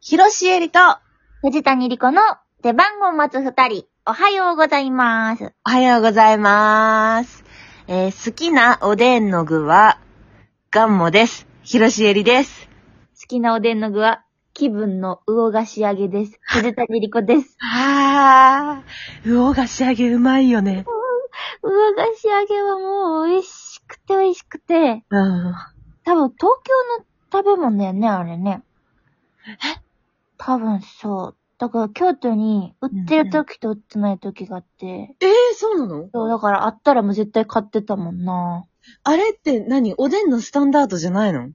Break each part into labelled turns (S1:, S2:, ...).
S1: 広しえりと、
S2: 藤谷莉子の出番を待つ二人、おはようございます。
S1: おはようございます。えー好きなおでんの具は、ガンモです。広しえりです。
S2: 好きなおでんの具は、気分の魚が仕上げです。藤谷莉子です。
S1: あー、魚が仕上げうまいよね。
S2: 魚が仕上げはもう美味しくて美味しくて、
S1: うん。
S2: 多分東京の食べ物だよね、あれね。え多分そう。だから京都に売ってる時と売ってない時があって、
S1: えー、そうなの
S2: そう、だからあったらもう絶対買ってたもんな。
S1: あれって何おでんのスタンダードじゃないの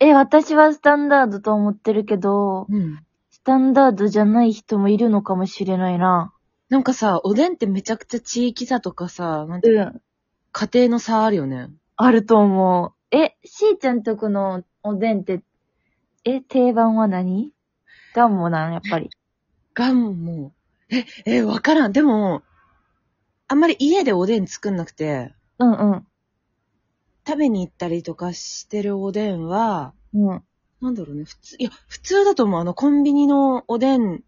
S2: え、私はスタンダードと思ってるけど、
S1: うん。
S2: スタンダードじゃない人もいるのかもしれないな。
S1: なんかさ、おでんってめちゃくちゃ地域差とかさ、なんて
S2: うん。
S1: 家庭の差あるよね。
S2: あると思う。え、しーちゃんとこのおでんって、え、定番は何ガンモなの、やっぱり。
S1: ガンモ。え、え、わからん。でも、あんまり家でおでん作んなくて、
S2: うんうん。
S1: 食べに行ったりとかしてるおでんは、
S2: うん。
S1: なんだろうね、普通、いや、普通だと思う。あの、コンビニのおでん、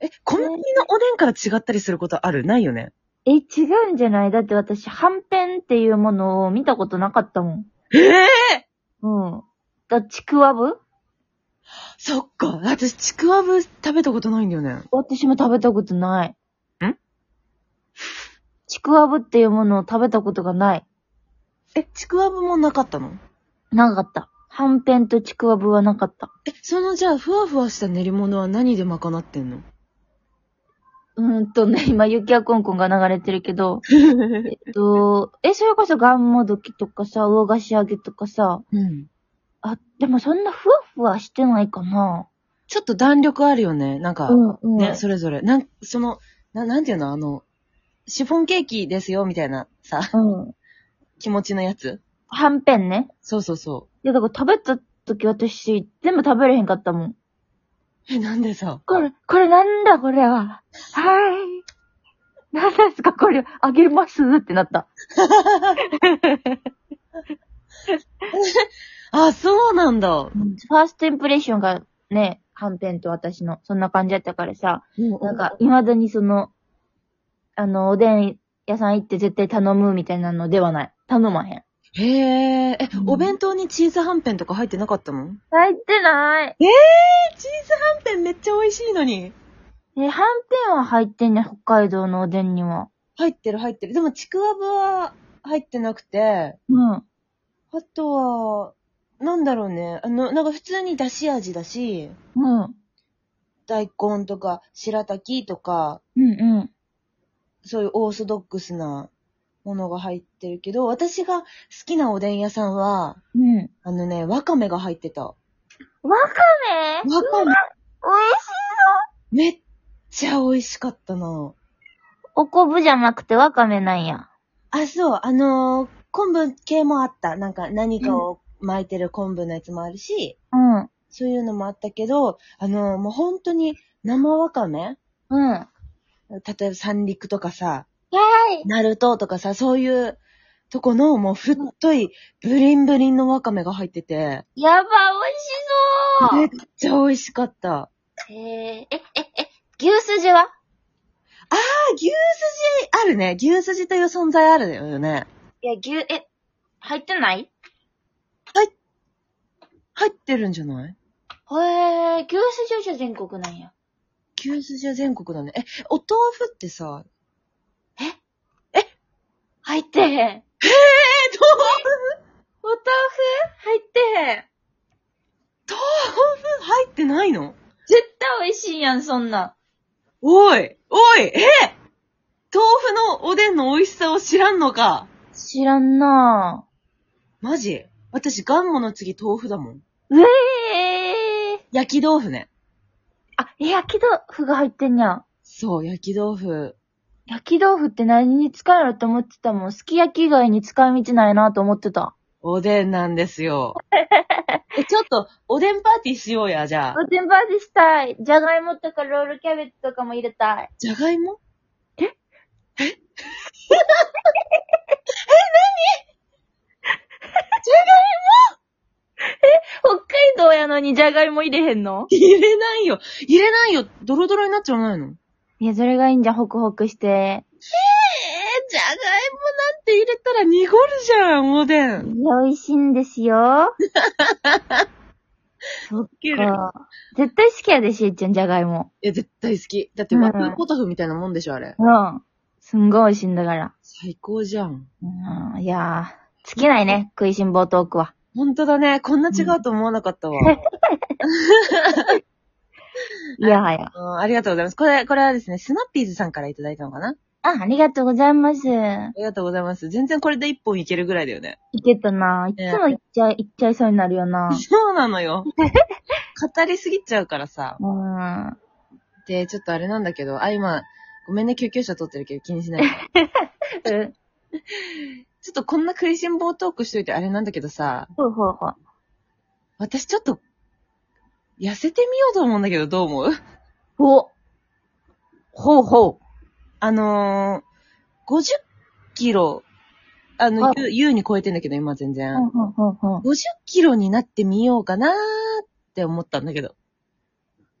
S1: え、コンビニのおでんから違ったりすることあるないよね。
S2: え、違うんじゃないだって私、はんぺんっていうものを見たことなかったもん。
S1: ええ
S2: うん。だ、ちくわぶ
S1: そっか。私、ちくわぶ食べたことないんだよね。
S2: 私も食べたことない。
S1: ん
S2: ちくわぶっていうものを食べたことがない。
S1: え、ちくわぶもなかったの
S2: なかった。はんぺんとちくわぶはなかった。
S1: え、そのじゃあ、ふわふわした練り物は何で賄って んの
S2: うーんとね、 今、雪やコンコンが流れてるけど、えっと、え、それこそガンモドキとかさ、魚菓子揚げとかさ、
S1: うん。
S2: あ、でもそんなふわふわしてないかな。
S1: ちょっと弾力あるよね。なんか、
S2: うんうん。
S1: ね、それぞれ。なん、その、ななんていうのあの、シフォンケーキですよ、みたいなさ、
S2: うん。
S1: 気持ちのやつ。
S2: はんぺんね。
S1: そうそうそ
S2: いや、だから食べた時私、全部食べれへんかったもん。
S1: う。 え、なんでさ、
S2: これ、これなんだこれは。はーい。なんですかこれ、あげますってなった。
S1: あ、そうなんだ。
S2: ファーストインプレッションがね、はんぺんと私の、そんな感じだったからさ、
S1: な
S2: なんか、、未だにその、あの、おでん屋さん行って絶対頼むみたいなのではない。頼まへん。
S1: へえ、え、
S2: うん
S1: お弁当にチーズはんぺんとか入ってなかったの
S2: 入ってない。
S1: え、チーズはんぺんめっちゃ美味しいのに。
S2: え、はんぺんは入ってんね、北海道のおでんには。
S1: 入ってる入ってる。でも、ちくわぶは入ってなくて、
S2: うん。
S1: あとは、なんだろうね。あの、なんか普通にだし味だし、
S2: うん。
S1: 大根とか、白滝とか、
S2: うんうん。
S1: そういうオーソドックスなものが入ってるけど、私が好きなおでん屋さんは、
S2: うん。
S1: あのね、わかめが入ってた。わ
S2: わかめ美味し
S1: かめ、
S2: い。
S1: めっちゃ美味しかったな。
S2: おこぶじゃなくてわかめなんや。
S1: あ、そう、あのー昆布系もあった。なんか何かを巻いてる昆布のやつもあるし、
S2: うん。
S1: そういうのもあったけど、あのーもう本当に生わかめ
S2: うん。は
S1: 例えば三陸とかさ、
S2: い。
S1: ナルトとかさ、そういうとこのもう太いブリンブリンのわかめが入ってて、
S2: やば、美
S1: めっ
S2: 味し
S1: ちゃ美味しかった。
S2: そう。へえ、え、え、え、牛すじは
S1: 牛筋あるね。牛筋という存在あるよね。
S2: いや、牛、え、入ってない
S1: 入ってるんじゃない
S2: へえ、牛すじはじゃあ全国なんや。
S1: 牛筋は全国だね。え、お豆腐ってさ、
S2: 入ってへん。
S1: えっと、
S2: お豆腐入ってへん。
S1: 豆腐 入ってないの
S2: 絶対美味しいやん、そんな。
S1: おい、おい、え豆腐のおでんの美味しさを知らんのか
S2: 知らんな
S1: マジ私、ガンモの次豆腐だもん。
S2: ぁ。うえー。
S1: 焼き豆腐ね。
S2: あ、焼き豆腐が入ってんやん。
S1: そう、焼き豆腐。
S2: 焼き豆腐って何に使えると思ってたもん。すき焼き以外に使い道ないなと思ってた。
S1: おでんなんです よ。え、ちょっと、おでんパーティーしようや、じゃあ。
S2: おでんバージしたい。じゃがいもとかロールキャベツとかも入れたい。
S1: じゃがいも えええ、何じゃがいも
S2: 北海道やのにじゃがいも入れへんの
S1: 入れないよ。入れないよ。ドロドロになっちゃわないの
S2: いや、それがいいんじゃん、ホクホクして。
S1: えー、じゃがいもなんて入れたら濁るじゃん、おでん。
S2: いや美味しいんですよ。そっ
S1: い
S2: か。絶対好きやで、しーちゃん、じゃがいも。
S1: や、絶対好き。だって、
S2: うん
S1: 和風ポタフみたいなもんでしょ、あれ。
S2: うん。すんごい美味しいんだから。
S1: 最高じゃん。
S2: うん、いやー、尽きないね、食いしん坊トークは。
S1: ほんとだね。こんな違うと思わなかったわ。
S2: いやはや。
S1: うんありがとうございます。これ、これはですね、スナッピーズさんからいただいたのかなあ
S2: あ、ありがとうございます。
S1: りがとうございます。全然これで一本いけるぐらいだよね。
S2: いけたないつもいっちゃい、いっちゃいそうになるよな。
S1: そうなの よ。語りすぎちゃうからさ。
S2: うん。
S1: で、ちょっとあれなんだけど、あ、今、ごめんね、救急車通ってるけど気にしないで。
S2: うん
S1: ちょっとこんな食いしん坊トークしといてあれなんだけどさ、
S2: ほうほうほう。
S1: 私ちょっと、痩せてみようと思うんだけど、どう思う
S2: おほうほ
S1: あのー、50キロ、あの
S2: あ、
S1: ゆ優に超えてんだけど、今全
S2: う。
S1: 然。
S2: ほうほうほうほう。
S1: 50キロになってみようかなーって思ったんだけど。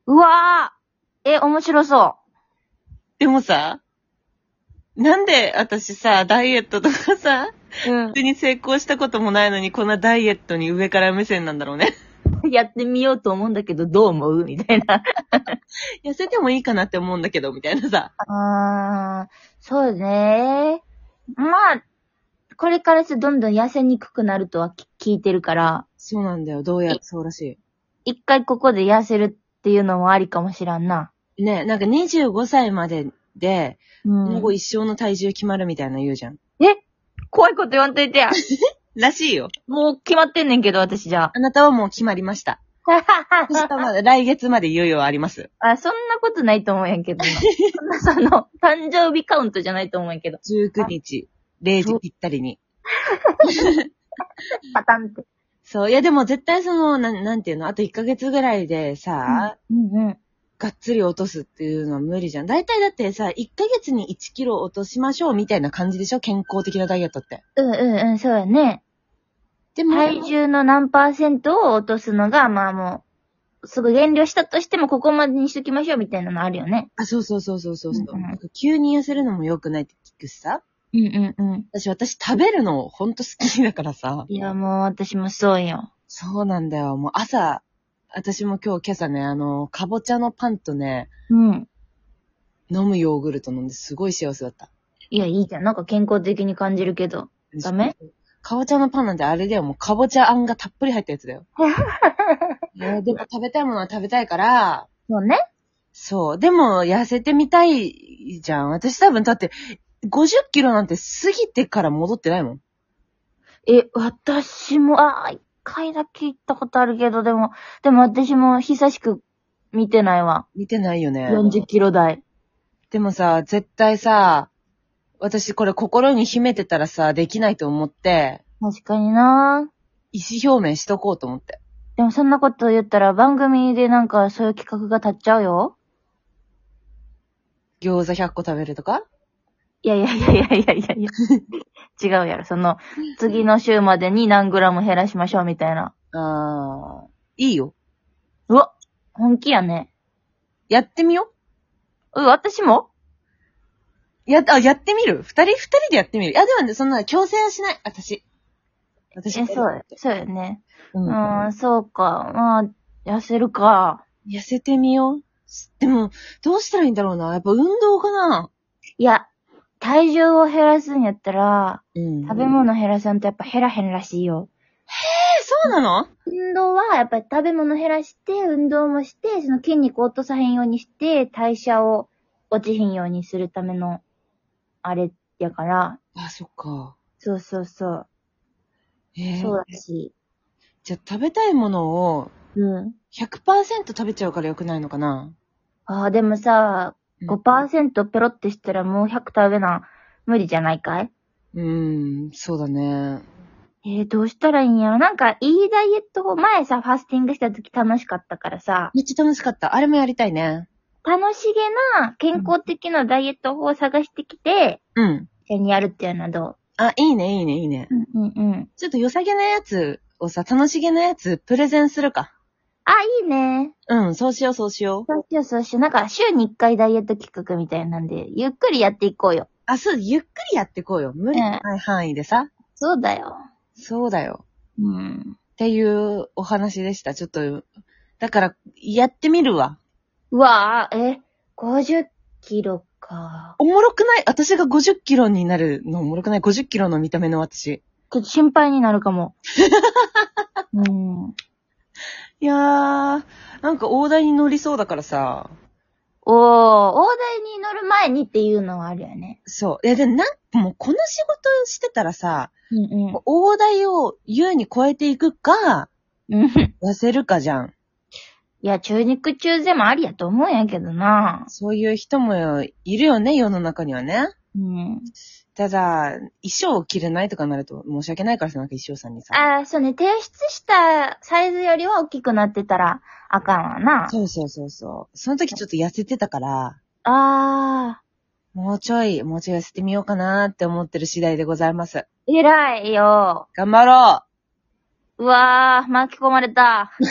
S2: うわーえ、面白そう。
S1: でもさ、なんで私さ、ダイエットとかさ、
S2: うん
S1: 普。通に成功したこともないのに、こんなダイエットに上から目線なんだろうね。
S2: やってみようと思うんだけど、どう思うみたいな。
S1: 痩せてもいいかなって思うんだけど、みたいなさ。
S2: あー、そうねまあ、これからさ、どんどん痩せにくくなるとはき聞いてるから、
S1: そうなんだよ。どうやらそうらし
S2: 一回ここで痩せるっていうのもありかもしらんな。
S1: い。ねなんか25歳までで、
S2: う
S1: 今
S2: ん
S1: 後。一生の体重決まるみたいな言うじゃん。
S2: 怖いこと言わんとい てや。
S1: らしいよ。
S2: もう決まってんねんけど、私じゃ
S1: あなたはもう決まりま した。
S2: あ。
S1: 明日まで、来月までいよいよあります。
S2: あ、そんなことないと思うんやけどな。そんな、その、誕生日カウントじゃないと思うんやけど。
S1: 19日、0時ぴったりに。
S2: パタンって。
S1: そう。いや、でも絶対その、なん、なんていうのあと1ヶ月ぐらいでさ、
S2: うんうん。
S1: がっつり落とすっていうのは無理じゃん。大体だってさ、1ヶ月に1キロ落としましょうみたいな感じでしょ健康的なダイエットって。
S2: うんうんうん、そうやね。
S1: でも、
S2: 体重の何パーセントを落とすのが、まあもう、すぐ減量したとしても、ここまでにしときましょうみたいなのあるよね。
S1: あ、そうそうそうそうそうそう、
S2: うんうん
S1: なんか急に痩せるのも良くないって聞くしさ。
S2: うんうんうん。
S1: 私、私食べるのほんと好きだからさ。
S2: いや、もう私もそうよ。
S1: そうなんだよ。もう朝、私も今日今朝ね、あの、かぼちゃのパンとね、
S2: うん。
S1: 飲むヨーグルト飲んですごい幸せだった。
S2: いや、いいじゃん。なんか健康的に感じるけど。ダメ
S1: かぼちゃのパンなんてあれだよ。もうかぼちゃあんがたっぷり入ったやつだよ。えーでも食べたいものは食べたいから、
S2: そうね。
S1: そう。でも、痩せてみたいじゃん。私多分、だって、50キロなんて過ぎてから戻ってないもん。
S2: え、私も、あー、一回だけ行ったことあるけど、でも、でも私も久しく見てないわ。
S1: 見てないよね。
S2: 40キロ台。
S1: でもさ、絶対さ、私これ心に秘めてたらさ、できないと思って、
S2: 確かにな
S1: 意思表明しとこうと思って。
S2: でもそんなこと言ったら番組でなんかそういう企画が立っちゃうよ。
S1: 餃子100個食べるとか
S2: いやいやいやいやいやいやいや。違うやろ。その、次の週までに何グラム減らしましょうみたいな。
S1: あー、いいよ。
S2: うわ、本気やね。
S1: やってみよ
S2: う、私も
S1: う。やっ、あ、やってみる二人、二人でやってみる。いや、でもね、そんな、強制はしない。私。
S2: え、
S1: 私。
S2: そう、そうよね。
S1: う。
S2: うんん、そうか。まあ、痩せるか。
S1: 痩せてみよう。でも、どうしたらいいんだろうな。やっぱ運動かない
S2: や、体重を減らすんやったら、
S1: うん
S2: 食べ物減らさんとやっぱ減らへんらしいよ。
S1: え、そうなの
S2: 運動は、やっぱり食べ物減らして、運動もして、その筋肉を落とさへんようにして、代謝を落ちひんようにするための、あれやから、
S1: あ、そっか。
S2: そうそうそう、
S1: えー
S2: そうだし。
S1: じゃあ食べたいものを
S2: うん。
S1: 100%食べちゃうから良くないのかな
S2: ああ、でもさ、
S1: うん
S2: 5%ペロってしたらもう100食べな、無理じゃないかいう
S1: ーん、そうだね。
S2: えー、どうしたらいいんやろなんか、いいダイエット法、前さ、ファスティングした時楽しかったからさ、
S1: めっちゃ楽しかった。あれもやりたいね。
S2: 楽しげな健康的なダイエット法を探してきて、
S1: うん。
S2: 一緒にやるっていうのはど
S1: あ、いいね、いいね、いいね
S2: う。うんうんうん。
S1: ちょっと良さげなやつをさ、楽しげなやつ、プレゼンするか。
S2: あ、いいね。
S1: うん、そうしよう、そうしよう。
S2: そうしよう、そうしよう。なんか、週に1回ダイエット企画みたいなんで、ゆっくりやっていこうよ。
S1: あ、そう、ゆっくりやってこうよ。無理のない範囲でさ。
S2: そうだよ。
S1: そうだよ。
S2: うん。
S1: っていうお話でした。ちょっと、だから、やってみるわ。
S2: うわぁ、え、50キロか。
S1: おもろくない私が50キロになるのおもろくない ?50 キロの見た目の私。
S2: ちょっと心配になるか も。うん。
S1: いやー、なんか大台に乗りそうだからさ。
S2: おー、大台に乗る前にっていうのはあるよね。
S1: そう。いや、でもなんかもうこの仕事してたらさ、
S2: うん
S1: もう大台を優に超えていくか、
S2: うん。い
S1: 痩せるかじゃん。
S2: や、中肉中背もありやと思うんやけどな
S1: そういう人もいるよね、世の中にはね。
S2: うん。
S1: ただ、衣装を着れないとかなると申し訳ないからさ、なんか衣装さんにさ。
S2: あー、そうね、提出したサイズよりは大きくなってたらあかんわな。
S1: そうそうそうそう。その時ちょっと痩せてたから、
S2: あ
S1: もうちょい、もうちょい痩せてみようかなって思ってる次第でございます。
S2: ー、偉いよ。
S1: 頑張ろ
S2: うわー、巻き込まれ た。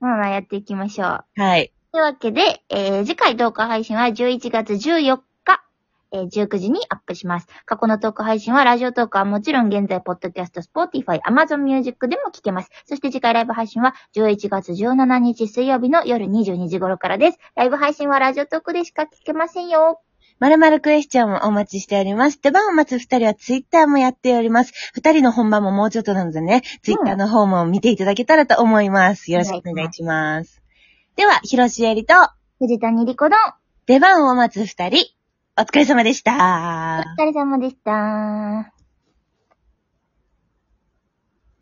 S2: まあまあやっていきましょう。
S1: うはい。
S2: というわけで、えー、次回動画配信は11月14日、えー、19時にアップします。過去のトーク配信はラジオトークはもちろん現在、ポッドキャスト、スポーティファイ、アマゾンミュージックでも聞けます。そして次回ライブ配信は11月17日水曜日の夜22時頃からです。ライブ配信はラジオトークでしか聞けませんよ。
S1: まるまるクエスチョンもお待ちしております。出番を待つ二人はツイッターもやっております。二人の本番ももうちょっとなのでね、ツイッターの方も見ていただけたらと思います。よろしくお願いします。では、ひろしえりと、
S2: 藤谷莉子の
S1: 出番を待つ二人、お疲れ様でした。
S2: お疲れ様でした。